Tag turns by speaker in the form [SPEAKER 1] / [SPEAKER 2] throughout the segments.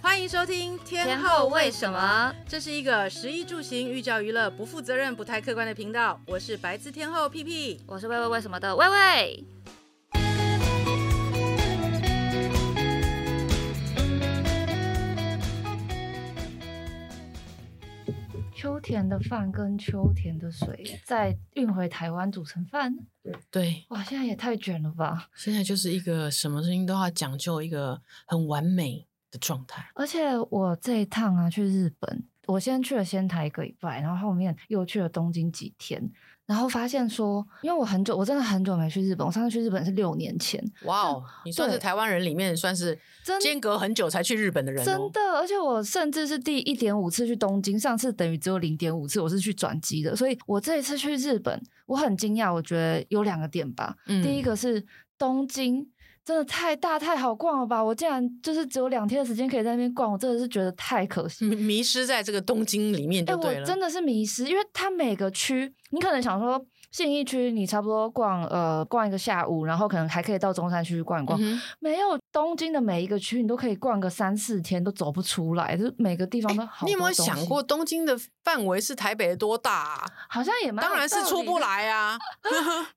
[SPEAKER 1] 欢迎收听《天后为什么》，这是一个食衣住行、寓教于乐、不负责任、不太客观的频道。我是白字天后屁屁。
[SPEAKER 2] 我是喂喂为什么的喂喂。秋天的饭跟秋天的水再运回台湾煮成饭，
[SPEAKER 3] 对，
[SPEAKER 2] 哇，现在也太卷了吧！
[SPEAKER 3] 现在就是一个什么事情都要讲究一个很完美的状态。
[SPEAKER 2] 而且我这一趟啊去日本，我先去了仙台一个礼拜，然后后面又去了东京几天，然后发现说，因为我很久，我真的很久没去日本，我上次去日本是六年前，
[SPEAKER 3] 哇哦，你算是
[SPEAKER 2] 对
[SPEAKER 3] 台湾人里面算是
[SPEAKER 2] 真
[SPEAKER 3] 间隔很久才去日本的人、哦，
[SPEAKER 2] 真的，而且我甚至是第一点五次去东京，上次等于只有零点五次，我是去转机的，所以我这一次去日本，我很惊讶，我觉得有两个点吧。
[SPEAKER 3] 嗯
[SPEAKER 2] 第一个是东京。真的太大太好逛了吧！我竟然就是只有两天的时间可以在那边逛，我真的是觉得太可惜。
[SPEAKER 3] 迷迷失在这个东京里面
[SPEAKER 2] 哎、
[SPEAKER 3] 就对了。
[SPEAKER 2] 我真的是迷失，因为它每个区，你可能想说信义区你差不多逛呃逛一个下午，然后可能还可以到中山区去逛一逛，
[SPEAKER 3] 嗯哼
[SPEAKER 2] 没有东京的每一个区，你都可以逛个三四天，都走不出来，就是每个地方都好、
[SPEAKER 3] 哎你有没有想过，东京的范围是台北的多大、啊？
[SPEAKER 2] 好像也蛮有
[SPEAKER 3] 当然是出不
[SPEAKER 2] 道理的。
[SPEAKER 3] 来啊！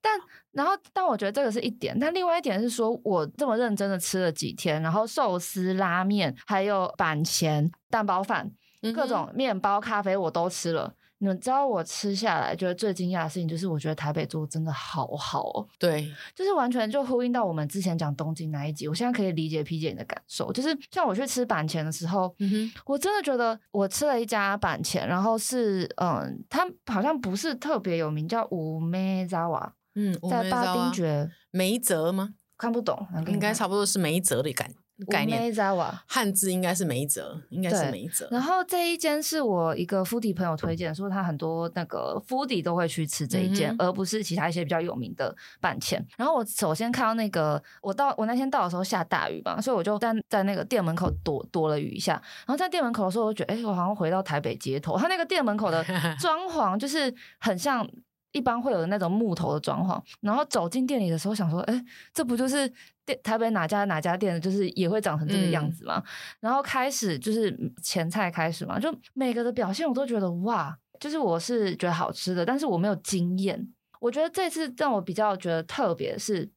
[SPEAKER 2] 但然后，但我觉得这个是一点，但另外一点是说，我这么认真的吃了几天，然后寿司、拉面，还有板前蛋包饭，
[SPEAKER 3] 嗯哼
[SPEAKER 2] 各种面包、咖啡我都吃了。你们知道我吃下来觉得最惊讶的事情，就是我觉得台北做真的好好哦，
[SPEAKER 3] 对，
[SPEAKER 2] 就是完全就呼应到我们之前讲东京那一集。我现在可以理解 P 姐你的感受，就是像我去吃板前的时候，
[SPEAKER 3] 嗯哼，
[SPEAKER 2] 我真的觉得我吃了一家板前，然后是嗯，它好像不是特别有名，叫五妹扎瓦，
[SPEAKER 3] 嗯，我
[SPEAKER 2] 在
[SPEAKER 3] 们
[SPEAKER 2] 巴丁
[SPEAKER 3] 知道啊
[SPEAKER 2] 爵，
[SPEAKER 3] 梅泽吗？
[SPEAKER 2] 看不懂，
[SPEAKER 3] 应该差不多是梅泽的感概
[SPEAKER 2] 五妹
[SPEAKER 3] 念。
[SPEAKER 2] 扎瓦。
[SPEAKER 3] 汉字应该是梅泽，应该
[SPEAKER 2] 对
[SPEAKER 3] 是梅泽。
[SPEAKER 2] 然后这一间是我一个 foodie 朋友推荐，说他很多那个 foodie 都会去吃这一间，
[SPEAKER 3] 嗯
[SPEAKER 2] 而不是其他一些比较有名的板前。然后我首先看到那个，我到我那天到的时候下大雨嘛，所以我就在在那个店门口躲躲了雨一下。然后在店门口的时候，我就觉得哎、诶我好像回到台北街头。他那个店门口 的装潢就是很像。一般会有那种木头的装潢，然后走进店里的时候想说，哎、这不就是店台北哪家哪家店的，就是也会长成这个样
[SPEAKER 3] 嗯
[SPEAKER 2] 子吗？然后开始就是前菜开始嘛，就每个的表现我都觉得哇，就是我是觉得好吃的，但是我没有经验。我觉得这次让我比较觉得特别的是，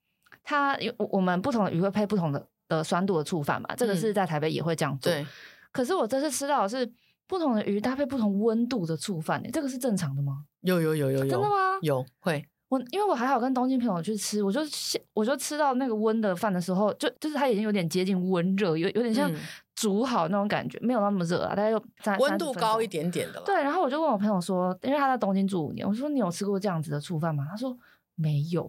[SPEAKER 2] 它因为我我们不同的鱼会配不同的的酸度的醋饭嘛，这个
[SPEAKER 3] 嗯
[SPEAKER 2] 是在台北也会这样做。
[SPEAKER 3] 对，
[SPEAKER 2] 可是我这次吃到的是不同的鱼搭配不同温度的醋饭、欸，这个是正常的吗？
[SPEAKER 3] 有有有有有，
[SPEAKER 2] 真的吗？
[SPEAKER 3] 有会，
[SPEAKER 2] 我因为我还好跟东京朋友去吃，我就先我就吃到那个温的饭的时候，就就是它已经有点接近温热，有有点像
[SPEAKER 3] 嗯
[SPEAKER 2] 煮好那种感觉，没有那么热啊，大概就三
[SPEAKER 3] 温度高一。
[SPEAKER 2] 30分钟
[SPEAKER 3] 点点的啦。
[SPEAKER 2] 对，然后我就问我朋友说，因为他在东京住五年，我说你有吃过这样子的醋饭吗？他说没有，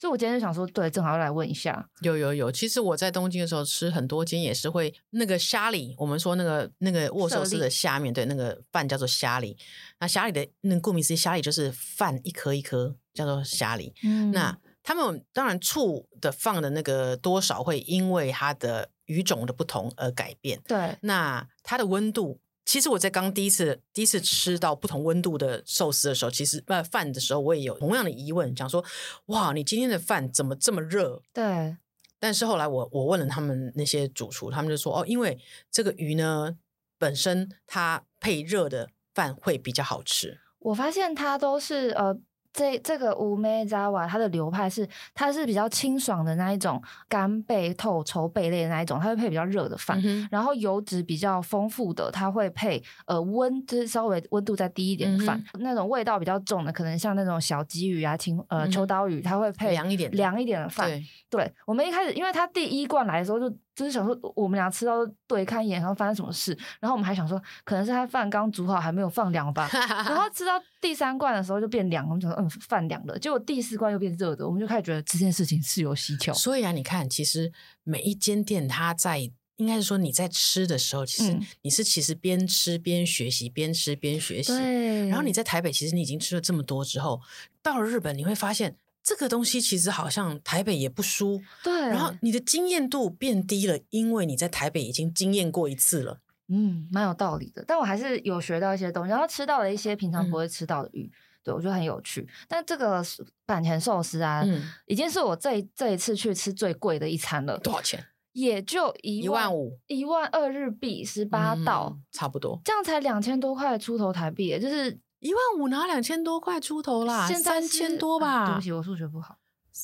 [SPEAKER 2] 所以我今天就想说，对，正好要来问一下。
[SPEAKER 3] 有有有，其实我在东京的时候吃很多间也是会那个虾里，我们说那个那个握寿司的下面，对，那个饭叫做虾里。那虾里的那顾名思义，虾里就是饭一颗一颗叫做虾里。
[SPEAKER 2] 嗯
[SPEAKER 3] 那他们当然醋的放的那个多少会因为它的鱼种的不同而改变。
[SPEAKER 2] 对，
[SPEAKER 3] 那它的温度，其实我在刚第一次第一次吃到不同温度的寿司的时候，其实呃饭的时候我也有同样的疑问，想说哇，你今天的饭怎么这么热？
[SPEAKER 2] 对，
[SPEAKER 3] 但是后来我我问了他们那些主厨，他们就说哦，因为这个鱼呢本身它配热的饭会比较好吃。
[SPEAKER 2] 我发现它都是呃。这这个乌梅扎瓦，它的流派是它是比较清爽的那一种干贝、透稠贝类的那一种，它会配比较热的饭，
[SPEAKER 3] 哼，
[SPEAKER 2] 然后油脂比较丰富的，它会配呃温，就是稍微温度再低一
[SPEAKER 3] 嗯
[SPEAKER 2] 点的饭，那种味道比较重的，可能像那种小鲫鱼啊、青呃
[SPEAKER 3] 嗯哼
[SPEAKER 2] 秋刀鱼，它会配
[SPEAKER 3] 凉一点的
[SPEAKER 2] 凉一点的饭。
[SPEAKER 3] 对，
[SPEAKER 2] 对我们一开始，因为他第一罐来的时候就就是想说，我们俩吃到对看一眼，然后发生什么事，然后我们还想说，可能是他饭刚煮好还没有放凉吧。然
[SPEAKER 3] 啊
[SPEAKER 2] 后吃到第三罐的时候就变凉，我们想说嗯饭凉了，结果第四罐又变热的，我们就开始觉得这件事情是有蹊跷。
[SPEAKER 3] 所以啊，你看，其实每一间店它在。应该是说你在吃的时候，其实
[SPEAKER 2] 嗯
[SPEAKER 3] 你是其实边吃边学习，边吃边学习。
[SPEAKER 2] 对，
[SPEAKER 3] 然后你在台北，其实你已经吃了这么多之后，到了日本，你会发现这个东西其实好像台北也不输，
[SPEAKER 2] 对，
[SPEAKER 3] 然后你的经验度变低了，因为你在台北已经经验过一次了。
[SPEAKER 2] 嗯，蛮有道理的。但我还是有学到一些东西，然后吃到了一些平常
[SPEAKER 3] 嗯
[SPEAKER 2] 不会吃到的鱼，对我觉得很有趣。但这个是板前寿司啊，
[SPEAKER 3] 嗯，
[SPEAKER 2] 已经是我这一这一次去吃最贵的一餐了。
[SPEAKER 3] 多少钱？
[SPEAKER 2] 也就一
[SPEAKER 3] 一万五
[SPEAKER 2] 一万二日币，十八道，
[SPEAKER 3] 嗯差不多。
[SPEAKER 2] 这样才两千多块出头台币耶，就是
[SPEAKER 3] 一万五哪两千多块出头啦？
[SPEAKER 2] 现在
[SPEAKER 3] 三千
[SPEAKER 2] 是
[SPEAKER 3] 多
[SPEAKER 2] 啊对
[SPEAKER 3] 吧
[SPEAKER 2] 不？起，我数学不好，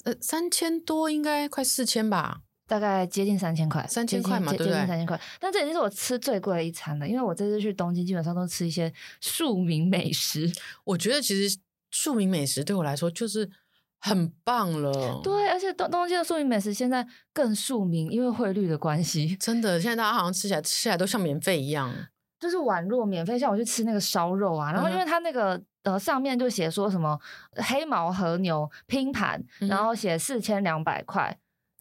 [SPEAKER 3] 呃，三千多应该快四千吧？
[SPEAKER 2] 大概接近三千块，
[SPEAKER 3] 3000
[SPEAKER 2] 接近
[SPEAKER 3] 块嘛
[SPEAKER 2] 接
[SPEAKER 3] 对不
[SPEAKER 2] 接近
[SPEAKER 3] 对
[SPEAKER 2] 三千块，但这已经是我吃最贵的一餐了，因为我这次去东京基本上都吃一些庶民美食。
[SPEAKER 3] 我觉得其实庶民美食对我来说就是很棒了。。
[SPEAKER 2] 对，而且东东京的庶民美食现在更庶民，因为汇率的关系，
[SPEAKER 3] 真的，现在大家好像吃起来吃起来都像免费一样。
[SPEAKER 2] 就是宛若免费。像我去吃那个烧肉啊，
[SPEAKER 3] 嗯
[SPEAKER 2] 然后因为它那个、呃上面就写说什么黑毛和牛拼盘，然后写四千两百块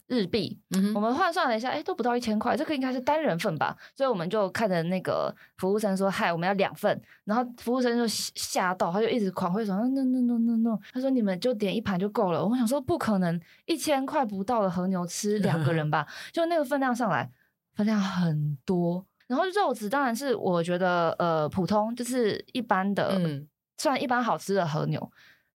[SPEAKER 2] 日币，
[SPEAKER 3] 嗯
[SPEAKER 2] 我
[SPEAKER 3] 哼，
[SPEAKER 2] 们换算了一下，哎，都不到一千块，这个应该是单人份吧，所以我们就看着那个服务生说：“嗨，我们要两份。”然后服务生就吓吓到，他就一直狂挥手啊，“no no no no no”，他说：“你们就点一盘就够了。”我想说，不可能，一千块不到的和牛吃两个人吧？就那个分量上来，分量很多。然后肉质当然是我觉得呃普通，就是一般的，
[SPEAKER 3] 嗯，
[SPEAKER 2] 算一般好吃的和牛，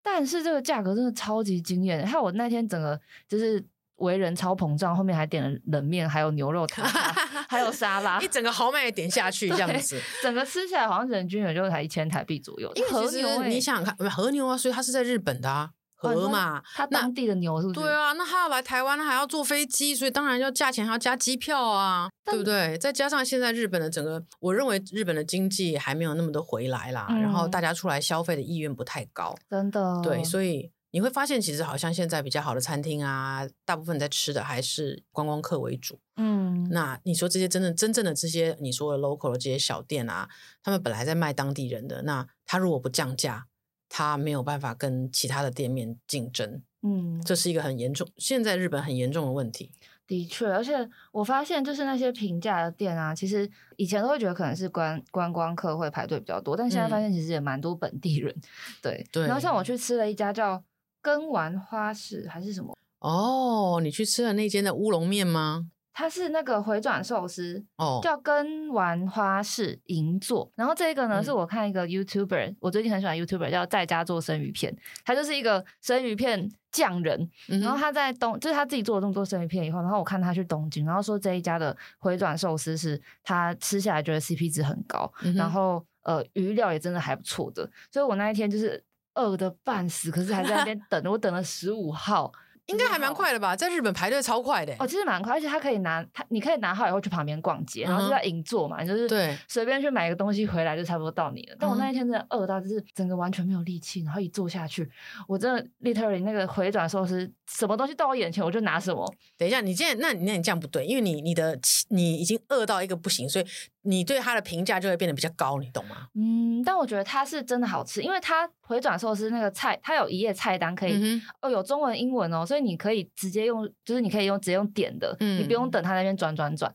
[SPEAKER 2] 但是这个价格真的超级惊艳。还有我那天整个就是为人超膨胀，后面还点了冷面，还有牛肉 汤啊，还有沙拉
[SPEAKER 3] 一，整个豪迈的点 下去这样子。
[SPEAKER 2] 整个吃起来好像人均也就才一千台币左右。
[SPEAKER 3] 因为
[SPEAKER 2] 和
[SPEAKER 3] 其
[SPEAKER 2] 牛、
[SPEAKER 3] 实
[SPEAKER 2] 欸，
[SPEAKER 3] 你想想看，和牛啊，所以它是在日本的啊，
[SPEAKER 2] 哦
[SPEAKER 3] 和嘛，，
[SPEAKER 2] 它
[SPEAKER 3] 那
[SPEAKER 2] 当地的牛是不是？
[SPEAKER 3] 对啊，那他要来台湾，他还要坐飞机，所以当然要价钱还要加机票啊，对不对？再加上现在日本的整个，我认为日本的经济还没有那么的回来啦，然后
[SPEAKER 2] 嗯
[SPEAKER 3] 大家出来消费的意愿不太高，
[SPEAKER 2] 真的。哦
[SPEAKER 3] 对，所以你会发现，其实好像现在比较好的餐厅啊，大部分在吃的还是观光客为主。
[SPEAKER 2] 嗯，
[SPEAKER 3] 那你说这些真正真正的这些你说的 local 的这些小店啊，他们本来在卖当地人的，那他如果不降价，他没有办法跟其他的店面竞争，
[SPEAKER 2] 嗯，
[SPEAKER 3] 这是一个很严重，现在日本很严重的问题。
[SPEAKER 2] 的确，而且我发现就是那些平价的店啊，其实以前都会觉得可能是观观光客会排队比较多，但现在发
[SPEAKER 3] 嗯
[SPEAKER 2] 现其实也蛮多本地人。对，
[SPEAKER 3] 对
[SPEAKER 2] 然后像我去吃了一家叫根丸花市还是什么，
[SPEAKER 3] 哦，你去吃了那间的乌龙面吗？
[SPEAKER 2] 它是那个回转寿司，
[SPEAKER 3] 哦，
[SPEAKER 2] 叫根丸花市银座。然后这个呢，
[SPEAKER 3] 嗯
[SPEAKER 2] 是我看一个 YouTuber，我最近很喜欢 YouTuber 叫在家做生鱼片，他就是一个生鱼片匠人，
[SPEAKER 3] 嗯
[SPEAKER 2] 然后
[SPEAKER 3] 哼
[SPEAKER 2] 他在东，就是他自己做了这么多生鱼片以后，然后我看他去东京，然后说这一家的回转寿司是他吃下来觉得 CP 值很高，
[SPEAKER 3] 嗯哼
[SPEAKER 2] 然后呃鱼料也真的还不错的，所以我那一天就是饿的半死，可是还在那边等，我等了十五号，
[SPEAKER 3] 应该还蛮快的吧，在日本排队超快的、
[SPEAKER 2] 哦哦，其实蛮快，而且他可以拿他，你可以拿号以后去旁边逛街，然后
[SPEAKER 3] 嗯
[SPEAKER 2] 就
[SPEAKER 3] 哼
[SPEAKER 2] 在银座嘛，你就是
[SPEAKER 3] 对
[SPEAKER 2] 随便去买个东西回来就差不多到你了。但我
[SPEAKER 3] 嗯哼
[SPEAKER 2] 那一天真的饿到就是整个完全没有力气，然后一坐下去，我真的 literally 那个回转寿司什么东西到我眼前我就拿什么。
[SPEAKER 3] 等一下，你现在那你那你这样不对，因为你你的你已经饿到一个不行，所以你对它的评价就会变得比较高，你懂吗？
[SPEAKER 2] 嗯，但我觉得它是真的好吃，因为它回转寿司那个菜，它有一页菜单可以、
[SPEAKER 3] 嗯哼
[SPEAKER 2] 哦，有中文、英文哦，所以你可以直接用，就是你可以用直接用点的，你不用
[SPEAKER 3] 嗯
[SPEAKER 2] 等它那边转转转。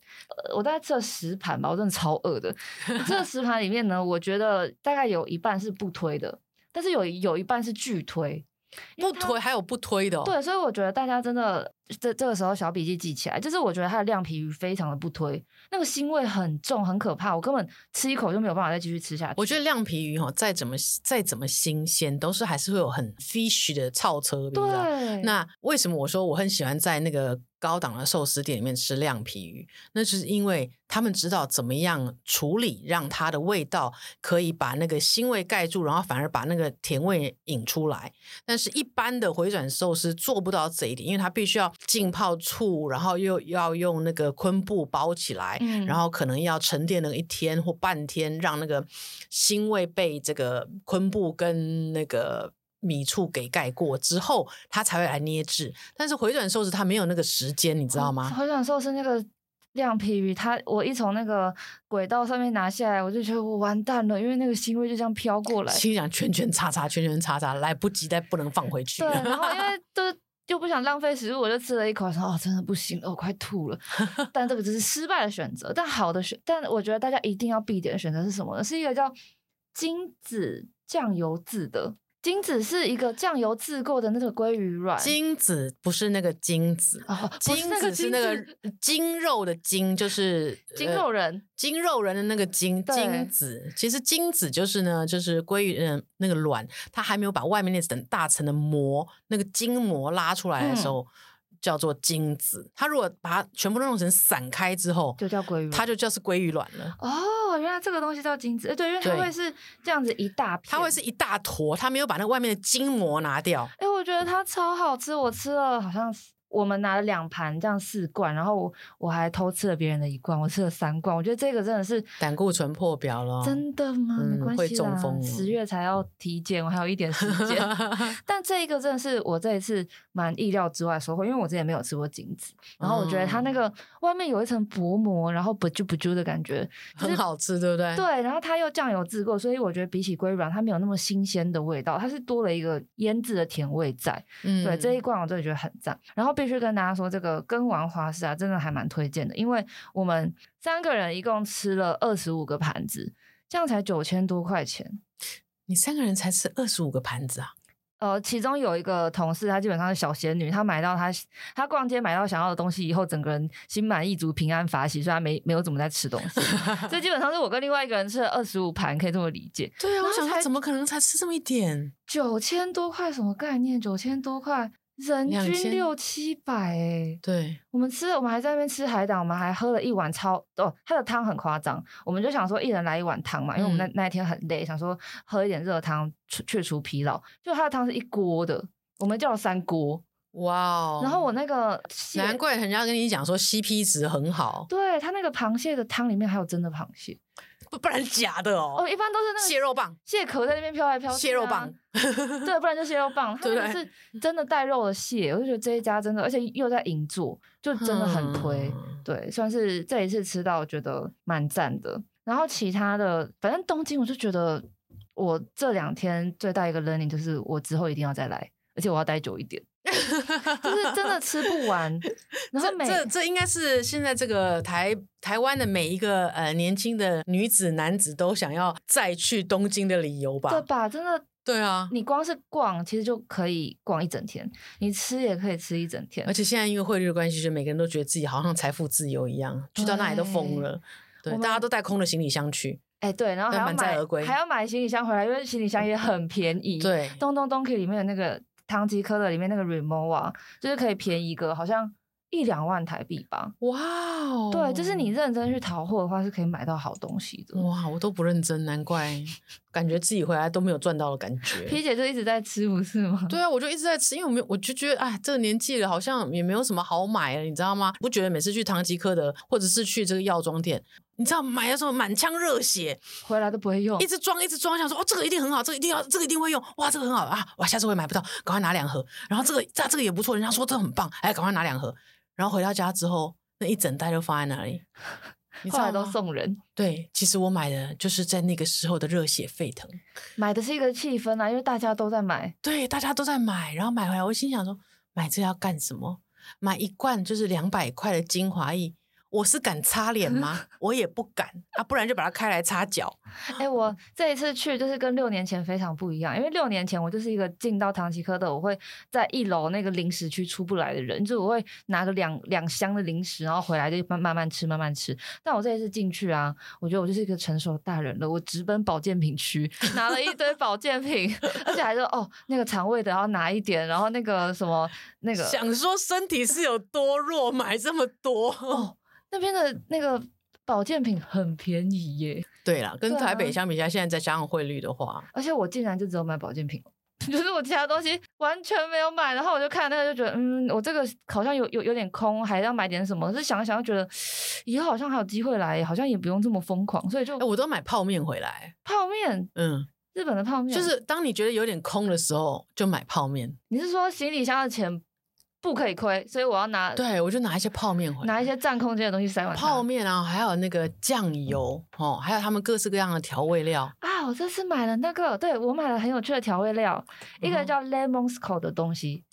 [SPEAKER 2] 呃，我大概吃了十盘吧，我真的超饿 的。这十盘里面呢，我觉得大概有一半是不推的，但是有有一半是巨推。因为
[SPEAKER 3] 不
[SPEAKER 2] 它
[SPEAKER 3] 推还有不推的、哦，
[SPEAKER 2] 对，所以我觉得大家真的这这个时候小笔记记起来，就是我觉得它的亮皮鱼非常的不推，那个腥味很重，很可怕，我根本吃一口就没有办法再继续吃下去。
[SPEAKER 3] 我觉得亮皮鱼哈、再怎么再怎么新鲜，都是还是会有很 fish 的超车，比如说。
[SPEAKER 2] 对，
[SPEAKER 3] 那为什么我说我很喜欢在那个高档的寿司店里面吃亮皮鱼？那就是因为他们知道怎么样处理，让它的味道可以把那个腥味盖住，然后反而把那个甜味引出来。但是，一般的回转寿司做不到这一点，因为它必须要浸泡醋，然后又要用那个昆布包起来，
[SPEAKER 2] 嗯
[SPEAKER 3] 然后可能要沉淀那个一天或半天，让那个腥味被这个昆布跟那个米醋给盖过之后，它才会来捏制。但是回转寿司它没有那个时间，你知道吗？
[SPEAKER 2] 回转寿司那个亮皮鱼，它我一从那个轨道上面拿下来，我就觉得我完蛋了，因为那个腥味就这样飘过来。
[SPEAKER 3] 心想圈圈叉叉，圈圈叉叉，来不及，再不能放回去
[SPEAKER 2] 对，。然后因为就是又不想浪费食物，我就吃了一口，说哦，真的不行了，我快吐 了。但这个只是失败的选择，但好的选，但我觉得大家一定要必点的选择是什么呢？是一个叫金子酱油渍的。金子是一个酱油渍过的那个鲑鱼卵，
[SPEAKER 3] 金子不是那个金子，
[SPEAKER 2] 哦，不
[SPEAKER 3] 金
[SPEAKER 2] 是那个
[SPEAKER 3] 子是那
[SPEAKER 2] 金子
[SPEAKER 3] 个呃筋肉的筋，就是
[SPEAKER 2] 筋肉人。
[SPEAKER 3] 筋肉人的那个筋
[SPEAKER 2] 对
[SPEAKER 3] 精子，其实精子就是呢，就是鲑鱼嗯那个
[SPEAKER 2] 嗯
[SPEAKER 3] 卵，它还没有把外面那层大层的膜那个筋膜拉出来的时候，叫做精子。它如果把它全部弄成散开之后，
[SPEAKER 2] 就叫鲑鱼卵
[SPEAKER 3] 它就叫是鲑鱼卵了。
[SPEAKER 2] 哦，原来这个东西叫精子，呃对，因为它
[SPEAKER 3] 对
[SPEAKER 2] 会是这样子一大片，
[SPEAKER 3] 它会是一大坨，它没有把那个外面的筋膜拿掉。
[SPEAKER 2] 哎、我觉得它超好吃，我吃了好像是我们拿了两盘这样四罐，然后我我还偷吃了别人的一罐，我吃了三罐。我觉得这个真的 是
[SPEAKER 3] 胆固醇破表了，
[SPEAKER 2] 真的吗？没
[SPEAKER 3] 嗯
[SPEAKER 2] 关
[SPEAKER 3] 会
[SPEAKER 2] 系
[SPEAKER 3] 中
[SPEAKER 2] 啦
[SPEAKER 3] 风，哦
[SPEAKER 2] 十月才要体检，我还有一点时 间。但这一个真的是我这一次蛮意料之外的收获，因为我之前没有吃过精子，然后我觉得
[SPEAKER 3] 嗯
[SPEAKER 2] 它那个外面有一层薄膜，然后不就不就的感觉，就是
[SPEAKER 3] 很好吃，对不对？
[SPEAKER 2] 对，然后它又酱油制过，所以我觉得比起龟软，它没有那么新鲜的味道，它是多了一个腌制的甜味在。
[SPEAKER 3] 嗯
[SPEAKER 2] 对这一罐我真的觉得很赞，然后必须跟大家说，这个跟王花式啊，真的还蛮推荐的，因为我们三个人一共吃了二十五个盘子，这样才九千多块钱。
[SPEAKER 3] 你三个人才吃二十五个盘子啊！
[SPEAKER 2] 呃，其中有一个同事，她基本上是小仙女，她买到她她逛街买到想要的东西以后，整个人心满意足、平安法喜，虽然没没有怎么在吃东西，这基本上是我跟另外一个人吃了二十五盘，可以这么理解。
[SPEAKER 3] 对啊，我
[SPEAKER 2] 然后
[SPEAKER 3] 想说
[SPEAKER 2] 才
[SPEAKER 3] 怎么可能才吃这么一点？
[SPEAKER 2] 九千多块什么概念？九千多块，人均
[SPEAKER 3] 2000
[SPEAKER 2] 六七百哎。
[SPEAKER 3] 对，
[SPEAKER 2] 我们吃了，我们还在那边吃海胆，我们还喝了一碗超哦，它的汤很夸张，我们就想说一人来一碗汤嘛，因为我们那
[SPEAKER 3] 嗯
[SPEAKER 2] 那一天很累，想说喝一点热汤去去除疲劳，就它的汤是一锅的，我们叫了三锅，
[SPEAKER 3] 哇哦！
[SPEAKER 2] 然后我那个蟹
[SPEAKER 3] 难怪人家跟你讲说 CP 值很好，
[SPEAKER 2] 对它那个螃蟹的汤里面还有真的螃蟹
[SPEAKER 3] 不不然假的哦
[SPEAKER 2] 哦，。一般都是那
[SPEAKER 3] 蟹
[SPEAKER 2] 个
[SPEAKER 3] 肉棒，
[SPEAKER 2] 蟹壳在那边飘来飘去、啊，
[SPEAKER 3] 蟹肉棒，
[SPEAKER 2] 对，不然就蟹肉 棒，它
[SPEAKER 3] 对
[SPEAKER 2] 那个是真的带肉的蟹，我就觉得这一家真的，而且又在银座，就真的很推。
[SPEAKER 3] 嗯
[SPEAKER 2] 对，算是这一次吃到觉得蛮赞的。然后其他的，反正东京我就觉得我这两天最大一个 learning 就是我之后一定要再来，而且我要待久一点， 就是真的吃不 完。然后
[SPEAKER 3] 这
[SPEAKER 2] 每
[SPEAKER 3] 这这应该是现在这个台台湾的每一个呃年轻的女子男子都想要再去东京的理由吧？
[SPEAKER 2] 对吧？真的，
[SPEAKER 3] 对啊，
[SPEAKER 2] 你光是逛其实就可以逛一整天，你吃也可以吃一整天
[SPEAKER 3] 而。且现在因为汇率的关系，就每个人都觉得自己好像财富自由一样，去到那里都疯了。对，
[SPEAKER 2] 我们
[SPEAKER 3] 大家都带空的行李箱去。
[SPEAKER 2] 哎、对，然后还
[SPEAKER 3] 对
[SPEAKER 2] 要
[SPEAKER 3] 满载而归
[SPEAKER 2] 买还要买行李箱回来，因为行李箱也很便宜。
[SPEAKER 3] 对，
[SPEAKER 2] 东东东 K 里面的那个唐吉诃德里面那个 Remova，、啊、就是可以便宜个好像一两万台币吧。
[SPEAKER 3] 哇哦，
[SPEAKER 2] 对，就是你认真去淘货的话，是可以买到好东西的。
[SPEAKER 3] 哇，我都不认真，难怪感觉自己回来都没有赚到的感觉。
[SPEAKER 2] 皮姐就一直在吃，不是吗？
[SPEAKER 3] 对啊，我就一直在吃，因为我没有，我就觉得，哎，这个年纪了，好像也没有什么好买了，你知道吗？不觉得每次去唐吉诃德或者是去这个药妆店，你知道买的时候满腔热血，
[SPEAKER 2] 回来都不会用
[SPEAKER 3] 一。直装一直装，想说哦，这个一定很好，这个一定要，这个一定会用，哇，这个很好啊，哇，下次我也买不到，赶快拿两盒。然后这个这这个也不错，人家说这很棒，哎，赶快拿两盒。然后回到家之后，那一整袋就放在那里，你知
[SPEAKER 2] 后
[SPEAKER 3] 道
[SPEAKER 2] 来都
[SPEAKER 3] 吗？
[SPEAKER 2] 送人，
[SPEAKER 3] 对，其实我买的就是在那个时候的热血沸腾。
[SPEAKER 2] 买的是一个气氛啊，因为大家都在买，
[SPEAKER 3] 对，大家都在买，然后买回来，我心想说，买这要干什么？买一罐就是两百块的精华液，我是敢擦脸吗？ 我也不敢啊，不然就把它开来擦脚。
[SPEAKER 2] 哎、我这一次去就是跟六年前非常不一样，因为六年前我就是一个进到唐吉诃德，我会在一楼那个零食区出不来的人，就我会拿个两两箱的零食，然后回来就慢慢慢吃，慢慢吃。但我这一次进去啊，我觉得我就是一个成熟的大人了，我直奔保健品区，拿了一堆保健品，而且还说哦，那个肠胃的要拿一点，然后那个什么那个
[SPEAKER 3] 想说身体是有多弱，买这么多。
[SPEAKER 2] 哦，那边的那个保健品很便宜耶。
[SPEAKER 3] 对了，跟
[SPEAKER 2] 对
[SPEAKER 3] 台北
[SPEAKER 2] 啊
[SPEAKER 3] 相比较，现在再加上汇率的话，
[SPEAKER 2] 而且我竟然就只有买保健品， 就是我其他东西完全没有买。然后我就看那个，就觉得嗯，我这个好像有有有点空，还要买点什么。是想一想，又觉得以后好像还有机会来，好像也不用这么疯狂。所以就
[SPEAKER 3] 哎，我都买泡面回来。
[SPEAKER 2] 泡面，
[SPEAKER 3] 嗯，
[SPEAKER 2] 日本的泡面，
[SPEAKER 3] 就是当你觉得有点空的时候，就买泡面。
[SPEAKER 2] 你是说行李箱的钱不可以亏，所以我要拿
[SPEAKER 3] 对，我就拿一些泡面回来。
[SPEAKER 2] 拿一些占空间的东西塞满它
[SPEAKER 3] 泡面啊，还有那个酱油哦，还有他们各式各样的调味料。
[SPEAKER 2] 啊！我这次买了那个，对我买了很有趣的调味料，一个
[SPEAKER 3] 嗯
[SPEAKER 2] 叫 Lemonsco 的东西，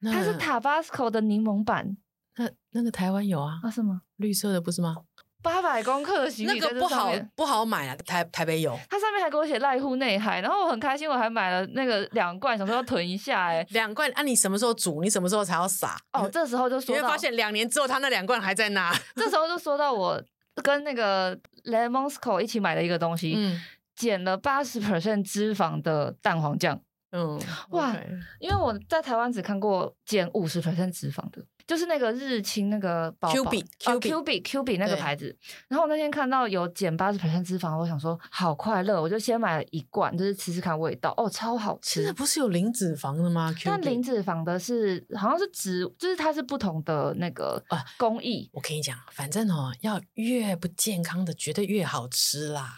[SPEAKER 3] 那
[SPEAKER 2] 它是 Tabasco 的柠檬版
[SPEAKER 3] 那那个台湾有啊，
[SPEAKER 2] 啊？是吗？
[SPEAKER 3] 绿色的不是吗？
[SPEAKER 2] 八百公克的行
[SPEAKER 3] 那
[SPEAKER 2] 李在
[SPEAKER 3] 个
[SPEAKER 2] 这
[SPEAKER 3] 不
[SPEAKER 2] 上
[SPEAKER 3] 好
[SPEAKER 2] 面
[SPEAKER 3] 不好买啊，台台北有
[SPEAKER 2] 它上面还给我写濑户内海，然后我很开心，我还买了那个两罐，想说要囤一下哎、
[SPEAKER 3] 两罐。啊，你什么时候煮？你什么时候才要撒？
[SPEAKER 2] 哦，
[SPEAKER 3] 你
[SPEAKER 2] 这时候就说
[SPEAKER 3] 你会
[SPEAKER 2] 到，
[SPEAKER 3] 发现两年之后，他那两罐还在那。
[SPEAKER 2] 这时候就说到我跟那个 Lemonsco 一起买的一个东西，
[SPEAKER 3] 嗯，
[SPEAKER 2] 减了八十 percent 脂肪的蛋黄酱。
[SPEAKER 3] 嗯，
[SPEAKER 2] 哇
[SPEAKER 3] OK，
[SPEAKER 2] 因为我在台湾只看过减五十 percent 脂肪的，就是那个日清那个包
[SPEAKER 3] Cubic，
[SPEAKER 2] 呃 Cubic
[SPEAKER 3] Cubic
[SPEAKER 2] Cubic 那个
[SPEAKER 3] 对
[SPEAKER 2] 牌子。然后我那天看到有减八十 percent 脂肪，我想说好快乐，我就先买了一罐，就是吃吃看味道，哦，超好
[SPEAKER 3] 现在
[SPEAKER 2] 吃。
[SPEAKER 3] 不是有零脂肪的吗？
[SPEAKER 2] 但
[SPEAKER 3] Q
[SPEAKER 2] 零
[SPEAKER 3] 零，
[SPEAKER 2] 脂肪的是好像是植，就是它是不同的那个
[SPEAKER 3] 啊
[SPEAKER 2] 工艺。
[SPEAKER 3] 我跟你讲，反正哦，要越不健康的，绝对越好吃啦。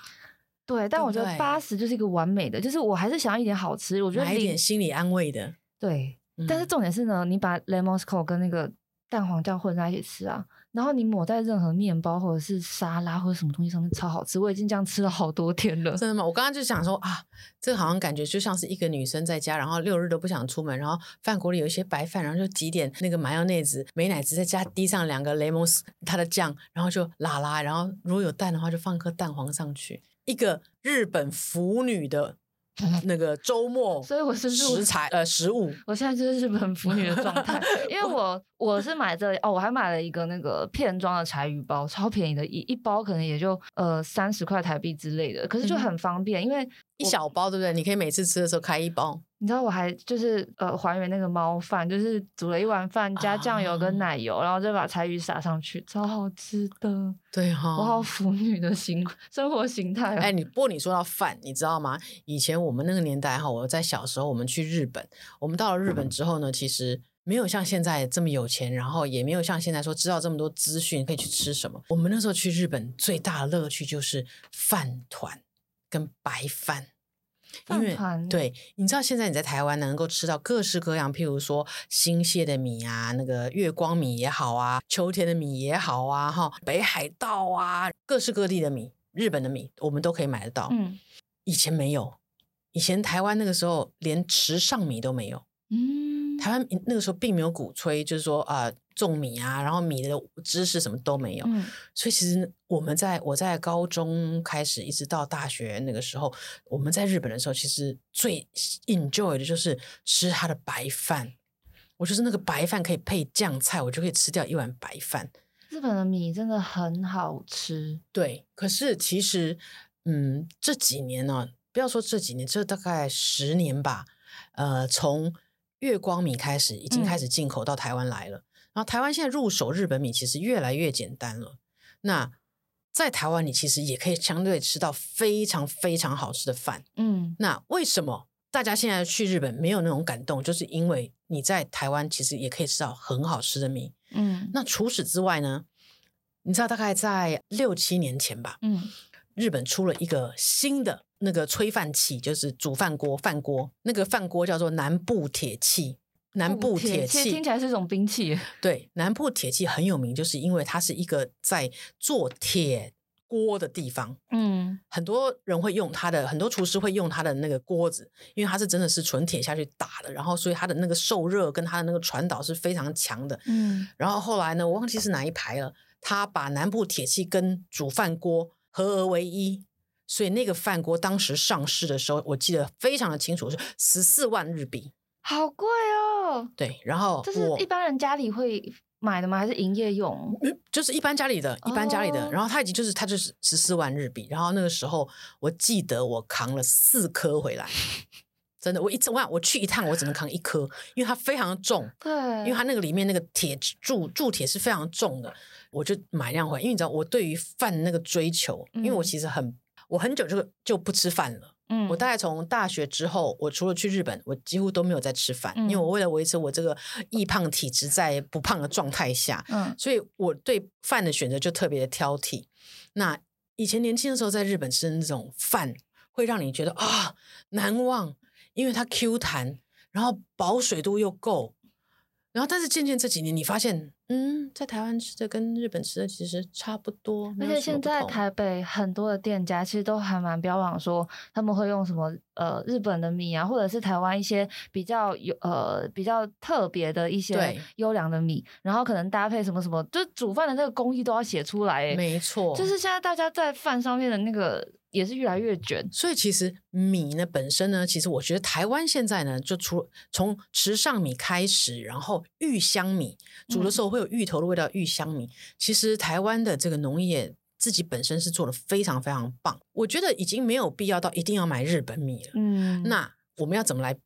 [SPEAKER 2] 对，但我觉
[SPEAKER 3] 对
[SPEAKER 2] 得八十就是一个完美的，就是我还是想要一点好吃。我觉得
[SPEAKER 3] 买一
[SPEAKER 2] 零
[SPEAKER 3] 点心理安慰的。
[SPEAKER 2] 对，
[SPEAKER 3] 嗯
[SPEAKER 2] 但是重点是呢，你把 lemon s c o 跟那个蛋黄酱混在一起吃啊，然后你抹在任何面包或者是沙拉或者什么东西上面，超好吃。我已经这样吃了好多天了。
[SPEAKER 3] 真的吗？我刚刚就想说啊，这个好像感觉就像是一个女生在家，然后六日都不想出门，然后饭锅里有一些白饭，然后就挤点那个麻油内子、美乃滋，再加滴上两个雷蒙斯它的酱，然后就拉拉，然后如果有蛋的话就放颗蛋黄上去。一个日本腐 女的那个周末
[SPEAKER 2] 所以我是不是我
[SPEAKER 3] 食材呃食物，
[SPEAKER 2] 我现在就是日本腐女的状 态，因为我我是买这哦，我还买了一个那个片装的柴鱼包，超便宜的，一一包可能也就呃三十块台币之类的，可
[SPEAKER 3] 嗯
[SPEAKER 2] 是就很方便，因为
[SPEAKER 3] 一小包对不对？你可以每次吃的时候开一包。
[SPEAKER 2] 你知道我还就是呃还原那个猫饭，就是煮了一碗饭加酱油
[SPEAKER 3] 啊
[SPEAKER 2] 跟奶油，然后再把柴鱼撒上去，超好吃的。
[SPEAKER 3] 对哈、
[SPEAKER 2] 我好腐女的形生活形态、哦。
[SPEAKER 3] 哦哎，你不过你说到饭，你知道吗？以前我们那个年代哈，我在小时候，我们去日本，我们到了日本之后呢，其实没有像现在这么有钱，然后也没有像现在说知道这么多资讯可以去吃什么。我们那时候去日本最大的乐趣就是饭团跟白饭。因
[SPEAKER 2] 饭
[SPEAKER 3] 为
[SPEAKER 2] 团
[SPEAKER 3] 对，你知道现在你在台湾能够吃到各式各样，譬如说新蟹的米啊，那个月光米也好啊，秋天的米也好啊，哈，北海道啊，各式各地的米，日本的米我们都可以买得到。
[SPEAKER 2] 嗯
[SPEAKER 3] 以前没有，以前台湾那个时候连池上米都没有，
[SPEAKER 2] 嗯，
[SPEAKER 3] 台湾那个时候并没有鼓吹，就是说啊、种米啊，然后米的知识什么都没有。
[SPEAKER 2] 嗯
[SPEAKER 3] 所以其实我们在我在高中开始一直到大学那个时候，我们在日本的时候，其实最 enjoy 的就是吃它的白饭。我就是那个白饭可以配酱菜，我就可以吃掉一碗白饭。
[SPEAKER 2] 日本的米真的很好吃，
[SPEAKER 3] 对，可是其实，嗯，这几年呢、不要说这几年，这大概十年吧，呃，从月光米开始，已
[SPEAKER 2] 嗯
[SPEAKER 3] 经开始进口到台湾来了。然后台湾现在入手日本米其实越来越简单了。那在台湾，你其实也可以相对吃到非常非常好吃的饭。
[SPEAKER 2] 嗯
[SPEAKER 3] 那为什么大家现在去日本没有那种感动？就是因为你在台湾其实也可以吃到很好吃的米。
[SPEAKER 2] 嗯
[SPEAKER 3] 那除此之外呢？你知道大概在六七年前吧，
[SPEAKER 2] 嗯
[SPEAKER 3] 日本出了一个新的那个炊饭器，就是煮饭锅，饭锅那个饭锅叫做南部铁器。南部铁
[SPEAKER 2] 其实
[SPEAKER 3] 器
[SPEAKER 2] 听，起来是一种兵器，
[SPEAKER 3] 对，南部铁器很有名，就是因为它是一个在做铁锅的地方，
[SPEAKER 2] 嗯
[SPEAKER 3] 很多人会用它的，很多厨师会用它的那个锅子，因为它是真的是纯铁下去打的，然后所以它的那个受热跟它的那个传导是非常强的。
[SPEAKER 2] 嗯，
[SPEAKER 3] 然后后来呢，我忘记是哪一排了，他把南部铁器跟煮饭锅合而为一，所以那个饭锅当时上市的时候，我记得非常的清楚，是十四万日币。
[SPEAKER 2] 好贵哦，
[SPEAKER 3] 对，然后
[SPEAKER 2] 这是
[SPEAKER 3] 我
[SPEAKER 2] 一般人家里会买的吗？还是营业用？
[SPEAKER 3] 嗯就是一般家里的，一般家里的，
[SPEAKER 2] 哦
[SPEAKER 3] 然后他已经就是他就是十四万日币，然后那个时候我记得我扛了四颗回来，真的，我一整晚我去一趟我只能扛一颗，因为它非常重，
[SPEAKER 2] 对，
[SPEAKER 3] 因为它那个里面那个铁铸铸铁是非常重的，我就买量回来。因为你知道我对于饭那个追求，因为我
[SPEAKER 2] 嗯
[SPEAKER 3] 其实很我很久就就不吃饭了。
[SPEAKER 2] 嗯
[SPEAKER 3] 我大概从大学之后，我除了去日本，我几乎都没有再吃饭，因为
[SPEAKER 2] 嗯
[SPEAKER 3] 我为了维持我这个易胖体质在不胖的状态下，
[SPEAKER 2] 嗯
[SPEAKER 3] 所以我对饭的选择就特别的挑剔。那以前年轻的时候在日本吃的那种饭，会让你觉得啊、难忘，因为它 Q 弹，然后保水度又够。然后，但是渐渐这几年，你发现，嗯，在台湾吃的跟日本吃的其实差不多，没
[SPEAKER 2] 而
[SPEAKER 3] 有
[SPEAKER 2] 且
[SPEAKER 3] 什么
[SPEAKER 2] 现
[SPEAKER 3] 不
[SPEAKER 2] 在
[SPEAKER 3] 同
[SPEAKER 2] 台北很多的店家其实都还蛮标榜说他们会用什么呃日本的米啊，或者是台湾一些比较有呃比较特别的一些
[SPEAKER 3] 对
[SPEAKER 2] 优良的米，然后可能搭配什么什么，就是煮饭的那个工艺都要写出来、欸。
[SPEAKER 3] 没错，
[SPEAKER 2] 就是现在大家在饭上面的那个也是越来越卷。
[SPEAKER 3] 所以其实米呢本身呢，其实我觉得台湾现在呢，就除从池上米开始，然后芋香米煮
[SPEAKER 2] 嗯
[SPEAKER 3] 的时候会有芋头的味道，芋香米。其实台湾的这个农业自己本身是做的非常非常棒，我觉得已经没有必要到一定要买日本米了。
[SPEAKER 2] 嗯，
[SPEAKER 3] 那我们要怎么来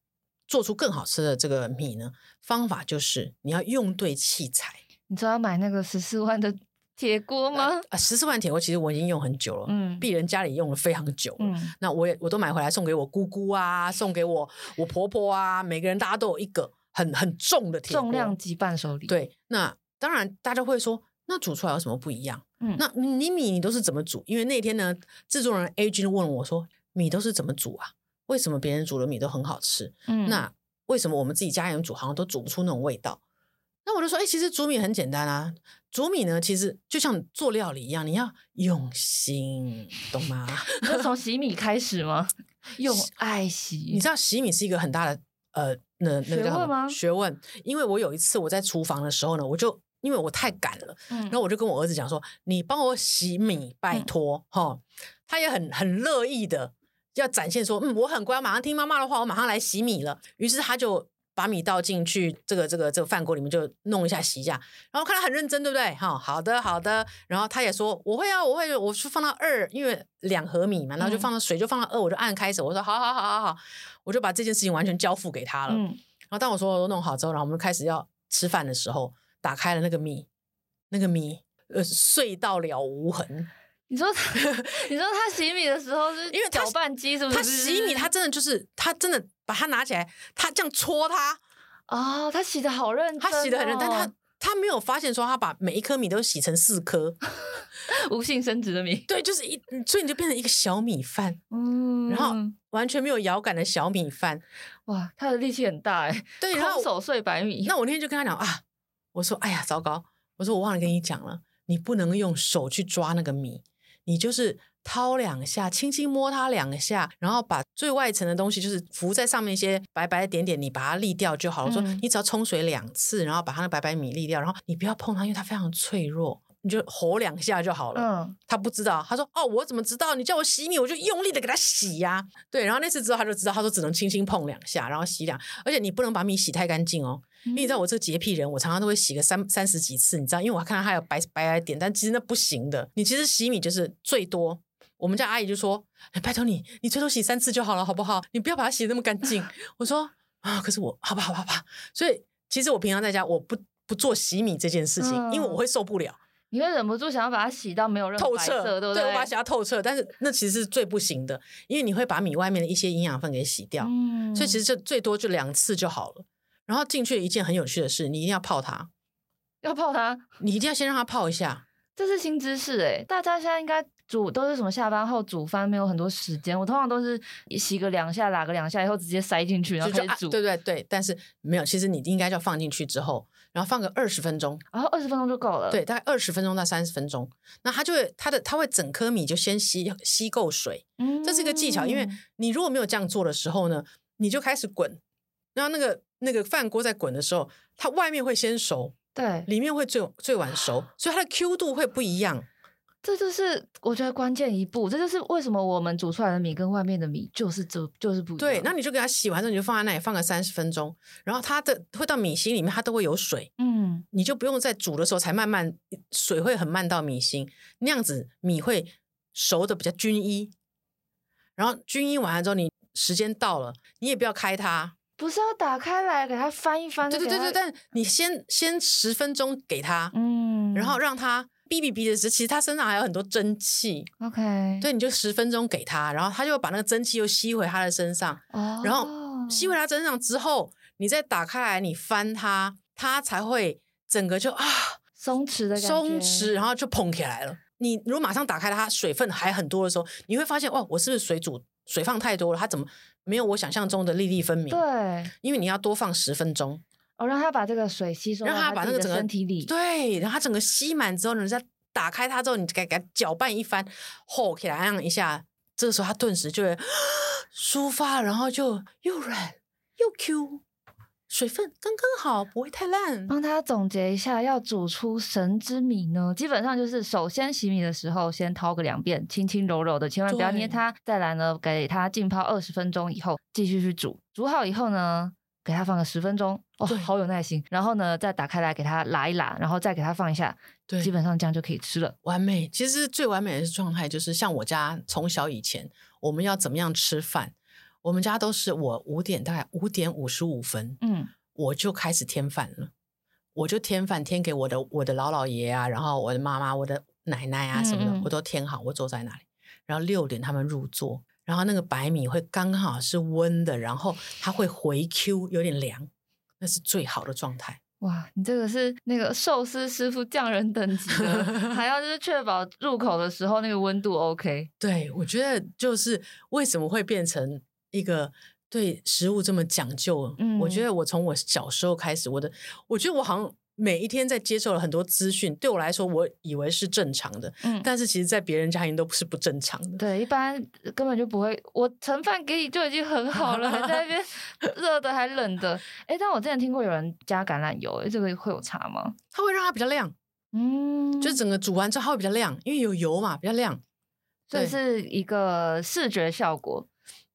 [SPEAKER 3] 做出更好吃的这个米呢？方法就是你要用对器材。
[SPEAKER 2] 你知道要买那个十四万 的铁锅吗？
[SPEAKER 3] 啊，十四万铁锅其实我已经用很久 了，
[SPEAKER 2] 嗯
[SPEAKER 3] 鄙人家里用了非常久了。
[SPEAKER 2] 嗯，
[SPEAKER 3] 那我也我都买回来送给我姑姑啊，送给我我婆婆啊，每个人大家都有一个很很重的铁锅
[SPEAKER 2] 重量级伴手礼。，
[SPEAKER 3] 对，那当然大家会说，那煮出来有什么不一样？
[SPEAKER 2] 嗯
[SPEAKER 3] 那你米你都是怎么煮？因为那天呢，制作人 A 君问我说，米都是怎么煮啊？为什么别人煮的米都很好吃？
[SPEAKER 2] 嗯
[SPEAKER 3] 那为什么我们自己家人煮好像都煮不出那种味道？那我就说，哎、其实煮米很简单啊。煮米呢，其实就像做料理一样，你要用心，懂吗？
[SPEAKER 2] 你就从洗米开始吗？用爱洗，
[SPEAKER 3] 你知道洗米是一个很大的呃，那那个
[SPEAKER 2] 学
[SPEAKER 3] 叫什
[SPEAKER 2] 问
[SPEAKER 3] 么
[SPEAKER 2] 吗
[SPEAKER 3] 学问。因为我有一次我在厨房的时候呢，我就因为我太赶了，
[SPEAKER 2] 嗯
[SPEAKER 3] 然后我就跟我儿子讲说：“你帮我洗米，拜托。哈、他也很很乐意的要展现说：“嗯，我很乖，马上听妈妈的话，我马上来洗米了。”于是他就把米倒进去这个这个这个饭锅里面，就弄一下洗一下。然后看他很认真，对不对？哈、好的好的。然后他也说：“我会啊，我会，我是放到二，因为两盒米嘛，然后就
[SPEAKER 2] 嗯
[SPEAKER 3] 放到水就放到二，我就按开始。”我说：“好好好好好。”我就把这件事情完全交付给他了。
[SPEAKER 2] 嗯，
[SPEAKER 3] 然后当我所有都弄好之后，然后我们开始要吃饭的时候，打开了那个米，那个米呃碎到了无痕。
[SPEAKER 2] 你说他，你说他洗米的时候是
[SPEAKER 3] 因为他
[SPEAKER 2] 搅拌机是不是？
[SPEAKER 3] 他洗米，他真的就是他真的把它拿起来，他这样搓它，
[SPEAKER 2] 哦，他洗的好认真哦，
[SPEAKER 3] 他洗的很认真，但他。他没有发现说他把每一颗米都洗成四颗，
[SPEAKER 2] 无性生殖的米，
[SPEAKER 3] 对，就是一，所以你就变成一个小米饭，
[SPEAKER 2] 嗯
[SPEAKER 3] 然后完全没有摇感的小米饭。
[SPEAKER 2] 哇，他的力气很大哎，
[SPEAKER 3] 对，然后
[SPEAKER 2] 空手碎白米，
[SPEAKER 3] 那我那天就跟他讲啊，我说哎呀，糟糕，我说我忘了跟你讲了，你不能用手去抓那个米，你就是掏两下，轻轻摸它两下，然后把最外层的东西就是浮在上面一些白白的点点，你把它沥掉就好了。我说
[SPEAKER 2] 嗯
[SPEAKER 3] 你只要冲水两次，然后把它那白白米沥掉，然后你不要碰它，因为它非常脆弱。你就吼两下就好了。
[SPEAKER 2] 嗯，
[SPEAKER 3] 他不知道，他说：“哦，我怎么知道？你叫我洗米，我就用力的给他洗呀、对，然后那次之后他就知道，他说只能轻轻碰两下，然后洗两，而且你不能把米洗太干净哦，因
[SPEAKER 2] 嗯
[SPEAKER 3] 为你知道我这个洁癖人，我常常都会洗个三三十几次，你知道，因为我看到它有白白白的点，但其实那不行的。你其实洗米就是最多，我们家阿姨就说：“哎拜托你，你最多洗三次就好了，好不好？你不要把它洗得那么干 净。”我说：“啊，可是我好吧，好吧，好吧。”所以其实我平常在家我不不做洗米这件事情，因为我会受不了。
[SPEAKER 2] 你会忍不住想要把它洗到没有任何
[SPEAKER 3] 透
[SPEAKER 2] 嗯白
[SPEAKER 3] 彻，
[SPEAKER 2] 色，对不
[SPEAKER 3] 我把它洗到透彻，但是那其实是最不行的，因为你会把米外面的一些营养分给洗掉，
[SPEAKER 2] 嗯，
[SPEAKER 3] 所以其实就最多就两次就好了。然后进去一件很有趣的事，你一定要泡它，
[SPEAKER 2] 要泡它，
[SPEAKER 3] 你一定要先让它泡一下。
[SPEAKER 2] 这是新知识哎、大家现在应该煮都是什么下班后煮饭，没有很多时间。我通常都是洗个两下，拉个两下以后直接塞进去，然
[SPEAKER 3] 就
[SPEAKER 2] 后
[SPEAKER 3] 就
[SPEAKER 2] 开
[SPEAKER 3] 啊
[SPEAKER 2] 始煮，
[SPEAKER 3] 对对对，但是没有，其实你应该就要放进去之后，然后放个二十分钟，
[SPEAKER 2] 然后二十分钟就够了。
[SPEAKER 3] 对，，大概二十分钟到三十分钟，那它就会它的它会整颗米就先吸吸够水，
[SPEAKER 2] 嗯
[SPEAKER 3] 这是一个技巧，因为你如果没有这样做的时候呢，你就开始滚，然后那个那个饭锅在滚的时候，它外面会先熟，
[SPEAKER 2] 对，
[SPEAKER 3] 里面会最最晚熟，
[SPEAKER 2] 啊
[SPEAKER 3] 所以它的 Q 度会不一样。
[SPEAKER 2] 这就是我觉得关键一步，这就是为什么我们煮出来的米跟外面的米就是就就是不一样。
[SPEAKER 3] 对，那你就给它洗完之后，你就放在那里放个三十分钟，然后它的会到米心里面，它都会有水，
[SPEAKER 2] 嗯，
[SPEAKER 3] 你就不用在煮的时候才慢慢呃水会很慢到米心，那样子米会熟的比较均一。然后均一完了之后，你时间到了，你也不要开它。
[SPEAKER 2] 不是要打开来给它翻一翻，
[SPEAKER 3] 对对
[SPEAKER 2] 就
[SPEAKER 3] 对
[SPEAKER 2] 啊给它
[SPEAKER 3] 对，但你先先十分钟给它，
[SPEAKER 2] 嗯，
[SPEAKER 3] 然后让它哔哔哔的时候，其实它身上还有很多蒸汽。
[SPEAKER 2] OK，，
[SPEAKER 3] 对，你就十分钟给他，然后他就把那个蒸汽又吸回他的身上，
[SPEAKER 2] 哦，
[SPEAKER 3] 然后吸回他身上之后，你再打开来，你翻它，它才会整个就啊
[SPEAKER 2] 松弛的感觉，
[SPEAKER 3] 松弛，然后就蓬起来了。你如果马上打开它，水分还很多的时候，你会发现哇，我是不是水煮水放太多了？它怎么没有我想象中的粒粒分明？
[SPEAKER 2] 对，
[SPEAKER 3] 因为你要多放十分钟，
[SPEAKER 2] 哦，让它把这个水吸收，
[SPEAKER 3] 让它把那个整个
[SPEAKER 2] 身体里，
[SPEAKER 3] 对，然后它整个吸满之后，你再打开它之后，你给给它搅拌一番，吼起来那样一下，这个时候它顿时就会抒发，然后就又软又 Q，水分刚刚好，不会太烂。
[SPEAKER 2] 帮他总结一下，要煮出神之米呢，基本上就是首先洗米的时候，先掏个两遍，轻轻柔柔的，千万不要
[SPEAKER 3] 对
[SPEAKER 2] 捏它。再来呢，给它浸泡二十分钟以后，继续去煮。煮好以后呢，给它放个十分钟，哇、
[SPEAKER 3] 对
[SPEAKER 2] 好有耐心。然后呢，再打开来给它拉一拉，然后再给它放一下，
[SPEAKER 3] 对
[SPEAKER 2] 基本上这样就可以吃了。
[SPEAKER 3] 完美。其实最完美的状态就是像我家从小以前，我们要怎么样吃饭，我们家都是我五点大概五点五十五分，
[SPEAKER 2] 嗯，
[SPEAKER 3] 我就开始添饭了，我就添饭添给我的我的老姥爷啊，然后我的妈妈、我的奶奶啊什么的，
[SPEAKER 2] 嗯嗯
[SPEAKER 3] 我都添好，我坐在那里，然后六点他们入座，然后那个白米会刚好是温的，然后它会回 Q，有点凉，那是最好的状态。
[SPEAKER 2] 哇，你这个是那个寿司师傅匠人等级的， 还要就是确保入口的时候那个温度 OK。
[SPEAKER 3] 对，我觉得就是为什么会变成一个对食物这么讲究？我觉
[SPEAKER 2] 嗯
[SPEAKER 3] 得我从我小时候开始，我的我觉得我好像每一天在接受了很多资讯，对我来说，我以为是正常的，
[SPEAKER 2] 嗯，
[SPEAKER 3] 但是其实，在别人家庭都不是不正常的。
[SPEAKER 2] 对，一般呃根本就不会，我盛饭给你就已经很好了，还在那 边热的还冷的。哎，但我之前听过有人加橄榄油，诶这个会有差吗？
[SPEAKER 3] 它会让它比较亮，
[SPEAKER 2] 嗯，
[SPEAKER 3] 就是整个煮完之后它会比较亮，因为有油嘛，比较亮，
[SPEAKER 2] 所以
[SPEAKER 3] 对
[SPEAKER 2] 是一个视觉效果，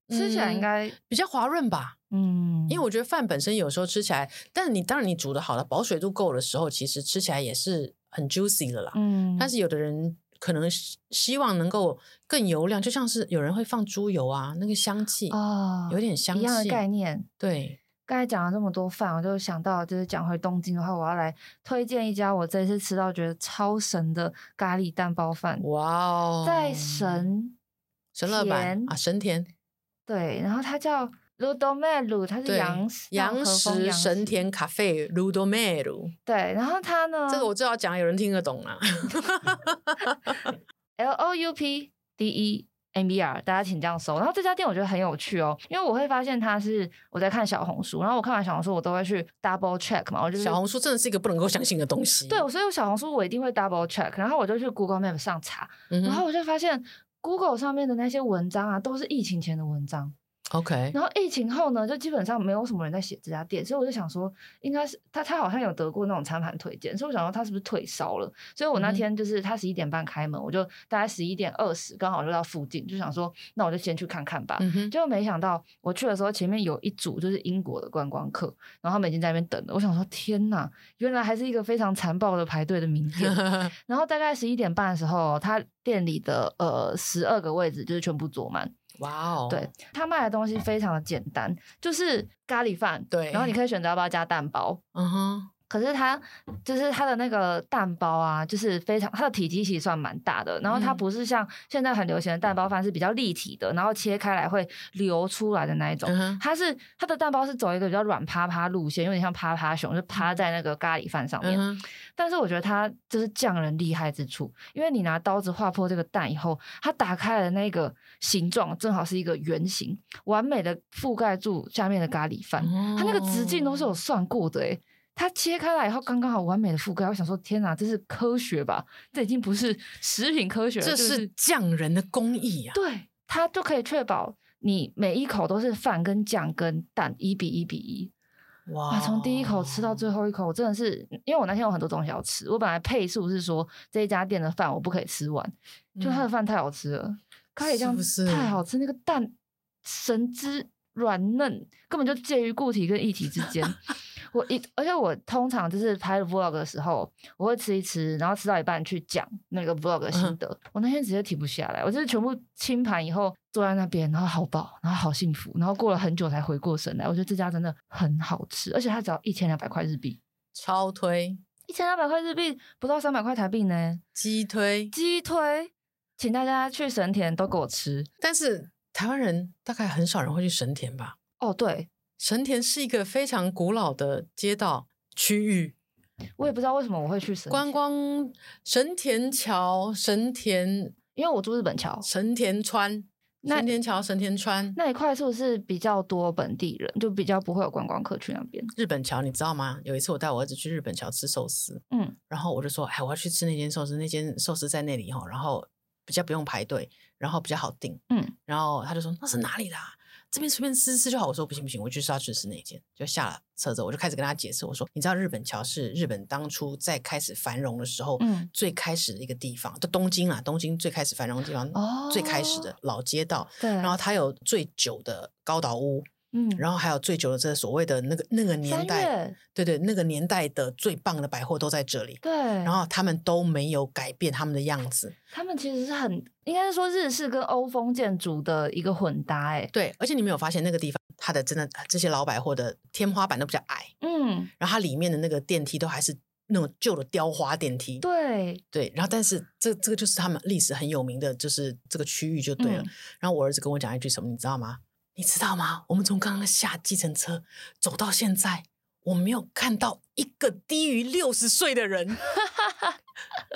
[SPEAKER 2] 吃起来应
[SPEAKER 3] 嗯
[SPEAKER 2] 该
[SPEAKER 3] 比较滑润吧。
[SPEAKER 2] 嗯，
[SPEAKER 3] 因为我觉得饭本身有时候吃起来，但是你当然你煮的好了，保水度够的时候，其实吃起来也是很 juicy 的啦。
[SPEAKER 2] 嗯，
[SPEAKER 3] 但是有的人可能希希望能够更油亮，就像是有人会放猪油啊，那个香气、
[SPEAKER 2] 哦
[SPEAKER 3] 有点香
[SPEAKER 2] 一样的
[SPEAKER 3] 气。
[SPEAKER 2] 概念，
[SPEAKER 3] 对，
[SPEAKER 2] 刚才讲了这么多饭，我就想到，就是讲回东京的话，我要来推荐一家我这次吃到觉得超神的咖喱蛋包饭，
[SPEAKER 3] 哇哦，
[SPEAKER 2] 在神
[SPEAKER 3] 神乐版
[SPEAKER 2] 田
[SPEAKER 3] 啊，神田
[SPEAKER 2] 对，然后它叫 Ludomelu，它是
[SPEAKER 3] 对
[SPEAKER 2] 洋食
[SPEAKER 3] 洋食神田咖啡 Ludo m e r
[SPEAKER 2] 对，然后它呢，
[SPEAKER 3] 这个我知道讲有人听得懂啦。啊
[SPEAKER 2] L O U P D E M B R，大家请这样搜。然后这家店我觉得很有趣哦，因为我会发现它是我在看小红书，然后我看完小红书我都会去 double check 嘛，我就是
[SPEAKER 3] 小红书真的是一个不能够相信的东西。
[SPEAKER 2] 对，所以我小红书我一定会 double check，然后我就去 Google Map 上查，
[SPEAKER 3] 嗯哼，
[SPEAKER 2] 然后我就发现 Google 上面的那些文章啊，都是疫情前的文章。
[SPEAKER 3] OK，
[SPEAKER 2] 然后疫情后呢，就基本上没有什么人在写这家店，所以我就想说，应该是他他好像有得过那种餐盘推荐，所以我想说他是不是退烧了？所以我那
[SPEAKER 3] 嗯哼
[SPEAKER 2] 天就是他十一点半开门，我就大概十一点二十刚好就到附近，就想说那我就先去看看吧。
[SPEAKER 3] 嗯哼，
[SPEAKER 2] 结果没想到，我去的时候前面有一组就是英国的观光客，然后他们已经在那边等了。我想说，天呐，原来还是一个非常残暴的排队的名 店。然后大概十一点半的时候，他店里的呃十二个位置就是全部坐满。
[SPEAKER 3] 哇哦，
[SPEAKER 2] 对，他卖的东西非常的简单，就是咖喱饭，
[SPEAKER 3] 对
[SPEAKER 2] 然后你可以选择要不要加蛋包。
[SPEAKER 3] 嗯哼，
[SPEAKER 2] 可是它就是它的那个蛋包啊，就是非常它的体积其实算蛮大的，然后它
[SPEAKER 3] 嗯
[SPEAKER 2] 不是像现在很流行的蛋包饭是比较立体的，然后切开来会流出来的那一种，
[SPEAKER 3] 嗯哼，
[SPEAKER 2] 它是它的蛋包是走一个比较软趴趴路线，有点像趴趴熊，就趴在那个咖喱饭上面。
[SPEAKER 3] 嗯哼，
[SPEAKER 2] 但是我觉得它就是匠人厉害之处，因为你拿刀子划破这个蛋以后，它打开的那个形状正好是一个圆形，完美的覆盖住下面的咖喱饭。它那个直径都是有
[SPEAKER 3] 哦
[SPEAKER 2] 算过的诶、它切开来以后刚刚好完美的覆盖。我想说，天哪，这是科学吧？这已经不是食品科学了，
[SPEAKER 3] 这
[SPEAKER 2] 就是
[SPEAKER 3] 匠人的工艺啊。
[SPEAKER 2] 对，它就可以确保你每一口都是饭跟酱跟蛋一比一比一。哇，
[SPEAKER 3] 哇
[SPEAKER 2] 啊
[SPEAKER 3] 哦
[SPEAKER 2] 从第一口吃到最后一口，我真的是因为我那天有很多东西要吃，我本来配速是说这一家店的饭我不可以吃完，就它的
[SPEAKER 3] 嗯
[SPEAKER 2] 饭太好吃了，咖喱
[SPEAKER 3] 是
[SPEAKER 2] 酱
[SPEAKER 3] 不是
[SPEAKER 2] 太好吃，那个蛋神之软嫩，根本就介于固体跟液体之 间。我一而且我通常就是拍 vlog 的时候，我会吃一吃，然后吃到一半去讲那个 vlog 的心
[SPEAKER 3] 嗯
[SPEAKER 2] 得。我那天直接停不下来，我就是全部清盘以后坐在那边，然后好饱，然后好幸福，然后过了很久才回过神来。我觉得这家真的很好吃，而且它只要一千两百块日币，
[SPEAKER 3] 超推、
[SPEAKER 2] 一千两百块日币不到三百块台币呢。
[SPEAKER 3] 鸡推，
[SPEAKER 2] 鸡腿，请大家去神田都给我吃。
[SPEAKER 3] 但是台湾人大概很少人会去神田吧？
[SPEAKER 2] 哦，对，
[SPEAKER 3] 神田是一个非常古老的街道区域，
[SPEAKER 2] 我也不知道为什么我会去神
[SPEAKER 3] 观
[SPEAKER 2] 田，
[SPEAKER 3] 光神田桥、神田
[SPEAKER 2] 因为我住日本桥
[SPEAKER 3] 神田川、
[SPEAKER 2] 那
[SPEAKER 3] 神田桥、神田川、
[SPEAKER 2] 那一块，是不是比较多本地人，就比较不会有观光客去那边？
[SPEAKER 3] 日本桥，你知道吗？有一次我带我儿子去日本桥吃寿司，
[SPEAKER 2] 嗯，
[SPEAKER 3] 然后我就说，哎，我要去吃那间寿司，那间寿司在那里哈，然后比较不用排队，然后比较好订，
[SPEAKER 2] 嗯，
[SPEAKER 3] 然后他就说那是哪里啦？这边随便吃吃就好。我说不行不行，我就是要去吃那间。就下了车子，我就开始跟他解释，我说你知道日本桥是日本当初在开始繁荣的时候，
[SPEAKER 2] 嗯
[SPEAKER 3] 最开始的一个地方，就东京啊，东京最开始繁荣的地方，
[SPEAKER 2] 哦
[SPEAKER 3] 最开始的老街道，
[SPEAKER 2] 对，
[SPEAKER 3] 然后它有最久的高岛屋，
[SPEAKER 2] 嗯，
[SPEAKER 3] 然后还有最久的这所谓的那个那个年代，
[SPEAKER 2] 三月
[SPEAKER 3] 对对，那个年代的最棒的百货都在这里，
[SPEAKER 2] 对，然
[SPEAKER 3] 然后他们都没有改变他们的样子。
[SPEAKER 2] 他们其实是很，应该是说日式跟欧风建筑的一个混搭、欸，哎，
[SPEAKER 3] 对，而且你没有发现那个地方，它的真的这些老百货的天花板都比较矮，
[SPEAKER 2] 嗯，
[SPEAKER 3] 然后它里面的那个电梯都还是那种旧的雕花电梯。
[SPEAKER 2] 对，
[SPEAKER 3] 对，然后但是这这个就是他们历史很有名的，就是这个区域就对了。
[SPEAKER 2] 嗯
[SPEAKER 3] 然后我儿子跟我讲一句什么，你知道吗？你知道吗？我们从刚刚下计程车走到现在，我没有看到一个低于六十岁的人。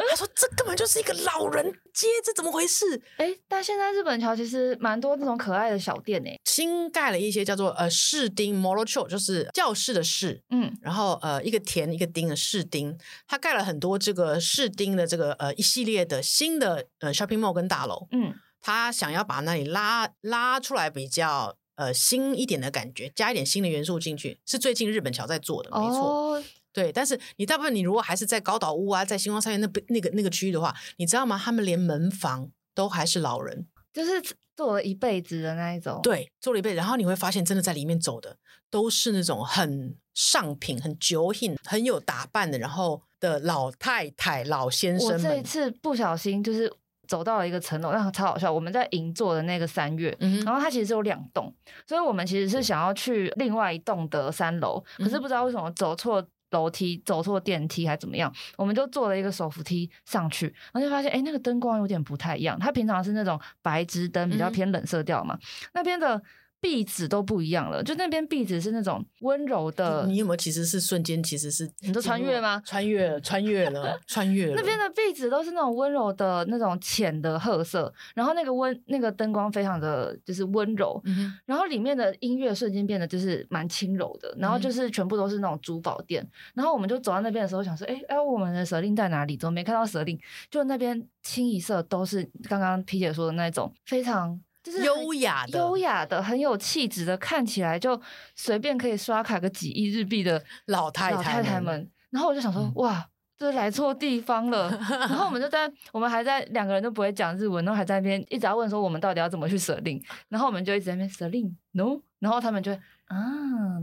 [SPEAKER 3] 他说：“这根本就是一个老人街，这怎么回事？”
[SPEAKER 2] 哎、但现在日本桥其实蛮多那种可爱的小店、欸，哎，
[SPEAKER 3] 新盖了一些叫做呃室町 m o r o c h o 就是教室的室，
[SPEAKER 2] 嗯，
[SPEAKER 3] 然后呃一个田一个丁的室町，它盖了很多这个室町的这个呃一系列的新的呃 shopping mall 跟大楼，
[SPEAKER 2] 嗯，
[SPEAKER 3] 他想要把那里拉拉出来比较呃新一点的感觉，加一点新的元素进去，是最近日本桥在做的，没错。
[SPEAKER 2] 哦，
[SPEAKER 3] 对，但是你大部分你如果还是在高岛屋啊，在星光三月那边那个那个区域的话，你知道吗？他们连门房都还是老人，
[SPEAKER 2] 就是做了一辈子的那一种，，
[SPEAKER 3] 对，做了一辈子，然后你会发现，真的在里面走的都是那种很上品、很酒品、很有打扮的，然后的老太太、老先
[SPEAKER 2] 我
[SPEAKER 3] 生
[SPEAKER 2] 这一
[SPEAKER 3] 们。
[SPEAKER 2] 次不小心就是走到了一个层楼，那超好笑。我们在银座的那个三月，
[SPEAKER 3] 嗯哼，
[SPEAKER 2] 然后它其实有两栋，所以我们其实是想要去另外一栋的三楼，可是
[SPEAKER 3] 嗯
[SPEAKER 2] 不知道为什么走错。楼梯走错电梯还怎么样？我们就坐了一个手扶梯上去，然后就发现，哎、那个灯光有点不太一样。它平常是那种白炽灯，比较
[SPEAKER 3] 嗯
[SPEAKER 2] 偏冷色调嘛。那边的壁纸都不一样了，就那边壁纸是那种温柔的
[SPEAKER 3] 你，有没有其实是瞬间，其实是
[SPEAKER 2] 你说穿越吗
[SPEAKER 3] 穿越了，穿 越了，穿越了。
[SPEAKER 2] 那边的壁纸都是那种温柔的那种浅的褐色，然后那个温那个灯光非常的就是温柔，
[SPEAKER 3] 嗯哼，
[SPEAKER 2] 然后里面的音乐瞬间变得就是蛮轻柔的，然后
[SPEAKER 3] 嗯
[SPEAKER 2] 就是全部都是那种珠宝店，然后我们就走到那边的时候想说，哎哎，我们的蛇令在哪里？怎么没看到蛇令？就那边清一色都是刚刚 P 姐说的那种非常就是很
[SPEAKER 3] 优雅的
[SPEAKER 2] 优雅的、很有气质的，看起来就随便可以刷卡个几亿日币的
[SPEAKER 3] 老太
[SPEAKER 2] 老太太
[SPEAKER 3] 们，
[SPEAKER 2] 们。然后我就想说，
[SPEAKER 3] 嗯
[SPEAKER 2] 哇，这来错地方 了。然后我们就在，我们还在两个人都不会讲日文，然后还在那边一直要问说我们到底要怎么去舍令。然后我们就一直在那边舍令 no，然后他们就会啊，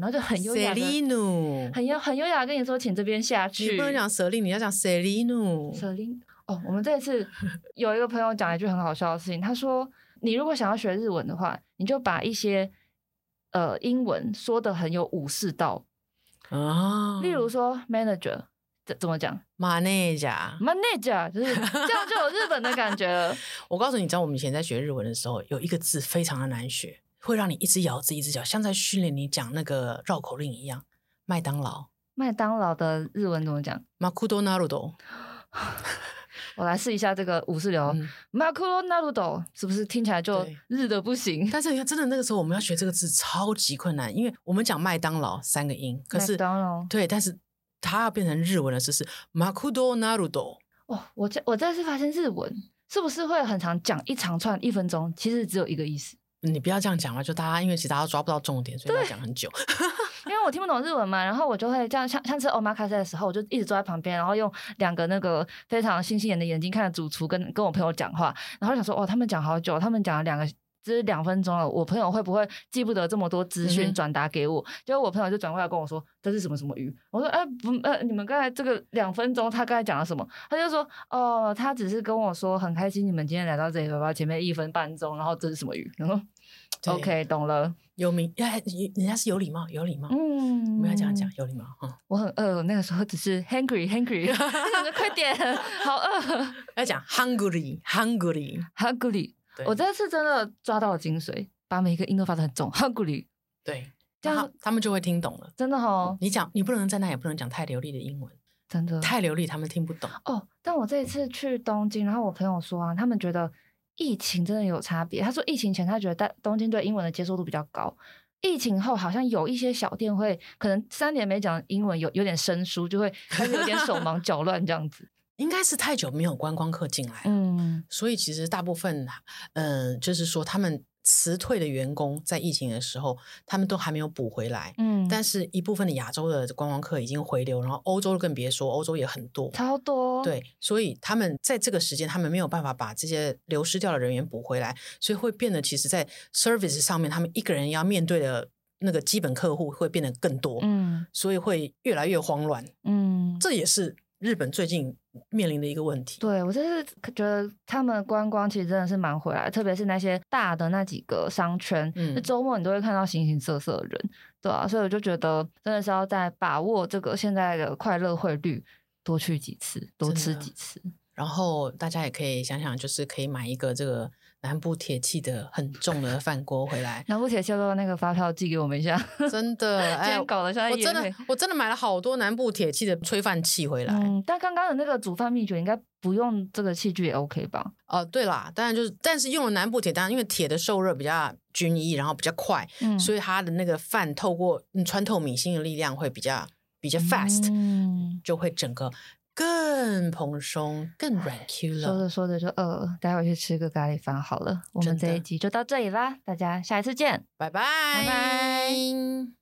[SPEAKER 2] 然后就很优雅
[SPEAKER 3] Selinu，
[SPEAKER 2] 的，很优很优雅地跟你说，请这边下
[SPEAKER 3] 你
[SPEAKER 2] 去
[SPEAKER 3] 不。能讲舍利，你要讲 Selinu。
[SPEAKER 2] 舍令哦，我们这 次有一个朋友讲了一句很好笑的事情，他说你如果想要学日文的话，你就把一些呃英文说的很有武士道，
[SPEAKER 3] 啊，
[SPEAKER 2] 例如说 manager 怎怎么讲？
[SPEAKER 3] 马内甲，
[SPEAKER 2] manager，就是这样就有日本的感觉了。
[SPEAKER 3] 我告诉你，你知道我们以前在学日文的时候，有一个字非常的难学，会让你一直咬字一直咬，像在训练你讲那个绕口令一样。麦当劳
[SPEAKER 2] 麦当劳的日文怎么讲？
[SPEAKER 3] 马库多纳鲁多，
[SPEAKER 2] 我来试一下这个武士流
[SPEAKER 3] 嗯，
[SPEAKER 2] 马库罗纳鲁斗，是不是听起来就
[SPEAKER 3] 对
[SPEAKER 2] 日的不行？
[SPEAKER 3] 但是你看，真的那个时候我们要学这个字超级困难，因为我们讲麦当劳三个音，可是
[SPEAKER 2] 麦当劳
[SPEAKER 3] 对，但是它要变成日文的字是马库多纳鲁多，
[SPEAKER 2] 哦，我这我这次发现日文是不是会很常讲一长串一分钟，其实只有一个意思，
[SPEAKER 3] 你不要这样讲嘛，就大家因为其实大家都抓不到重点，所以要讲很久。
[SPEAKER 2] 因为我听不懂日文嘛，然后我就会这样，像像吃 omakase 的时候，我就一直坐在旁边，然后用两个那个非常星星眼的眼睛看着主厨跟跟我朋友讲话，然后想说哦，他们讲好久，他们讲了两个。就是两分钟了，我朋友会不会记不得这么多资
[SPEAKER 3] 嗯
[SPEAKER 2] 讯
[SPEAKER 3] 哼
[SPEAKER 2] 转达给我？结果我朋友就转过来跟我说这是什么什么鱼，我说哎、不呃你们刚才这个两分钟他刚才讲了什么？他就说哦他只是跟我说很开心你们今天来到这里，爸爸前面一分半钟，然后这是什么鱼？然后
[SPEAKER 3] 对
[SPEAKER 2] OK 懂了，
[SPEAKER 3] 有名，哎，人家是有礼貌，有礼貌，
[SPEAKER 2] 嗯，
[SPEAKER 3] 我们要这样讲，有礼貌嗯。
[SPEAKER 2] 我很饿，我那个时候只是 hungry hungry，我想说快点，好饿
[SPEAKER 3] 要讲 hungry hungry。
[SPEAKER 2] ，hungry。
[SPEAKER 3] 对
[SPEAKER 2] 我这次真的抓到了精髓，把每一个音都发的很重，hungry。
[SPEAKER 3] 对，
[SPEAKER 2] 这
[SPEAKER 3] 那
[SPEAKER 2] 样
[SPEAKER 3] 他他们就会听懂了。
[SPEAKER 2] 真的哦，
[SPEAKER 3] 你讲，你不能在那，也不能讲太流利的英文，
[SPEAKER 2] 真的
[SPEAKER 3] 太流利他们听不懂。
[SPEAKER 2] 哦。但我这一次去东京，然后我朋友说啊，他们觉得疫情真的有差别。他说疫情前他觉得大东京对英文的接受度比较高，疫情后好像有一些小店会可能三年没讲英文，有有点生疏，就会开始有点手忙 脚乱这样 子。
[SPEAKER 3] 应该是太久没有观光客进来，
[SPEAKER 2] 嗯，
[SPEAKER 3] 所以其实大部分，嗯、就是说他们辞退的员工在疫情的时候，他们都还没有补回来。
[SPEAKER 2] 嗯
[SPEAKER 3] 但是，一部分的亚洲的观光客已经回流，然后欧洲更别说，欧洲也很多。
[SPEAKER 2] 超多，
[SPEAKER 3] 对，所以他们在这个时间，他们没有办法把这些流失掉的人员补回来，所以会变得其实，在 service 上面，他们一个人要面对的那个基本客户会变得更多，
[SPEAKER 2] 嗯
[SPEAKER 3] 所以会越来越慌乱。
[SPEAKER 2] 嗯，
[SPEAKER 3] 这也是日本最近面临的一个问题。
[SPEAKER 2] 对我真是觉得他们观光其实真的是蛮回来的，特别是那些大的那几个商圈，
[SPEAKER 3] 嗯
[SPEAKER 2] 就周末你都会看到形形色色的人，对啊，所以我就觉得真的是要在把握这个现在的快乐汇率，多去几次，多
[SPEAKER 3] 真
[SPEAKER 2] 吃
[SPEAKER 3] 的
[SPEAKER 2] 几次，，
[SPEAKER 3] 然后大家也可以想想，就是可以买一个这个南部铁器的很重的饭锅回来
[SPEAKER 2] 南部铁西要不要那个发票寄给我们一下？
[SPEAKER 3] 真的，
[SPEAKER 2] 今
[SPEAKER 3] 哎
[SPEAKER 2] 天，搞得像在
[SPEAKER 3] 我
[SPEAKER 2] 夜
[SPEAKER 3] 真的
[SPEAKER 2] 配
[SPEAKER 3] 我真的买了好多南部铁器的炊饭器回来。
[SPEAKER 2] 嗯，但刚刚的那个煮饭秘诀应该不用这个器具也 OK 吧？
[SPEAKER 3] 哦，对啦，当然就是，但是用了南部铁，当然因为铁的受热比较均一，然后比较快，
[SPEAKER 2] 嗯，
[SPEAKER 3] 所以它的那个饭透过嗯穿透米心的力量会比较比较
[SPEAKER 2] 以
[SPEAKER 3] fast，、
[SPEAKER 2] 嗯，
[SPEAKER 3] 就会整个更蓬松、更软 Q
[SPEAKER 2] 说
[SPEAKER 3] 了。
[SPEAKER 2] 着说着就饿了，待会去吃个咖喱饭好了。我们
[SPEAKER 3] 真
[SPEAKER 2] 这
[SPEAKER 3] 的
[SPEAKER 2] 一集就到这里啦，大家下一次见。
[SPEAKER 3] 拜拜
[SPEAKER 2] 拜
[SPEAKER 3] 拜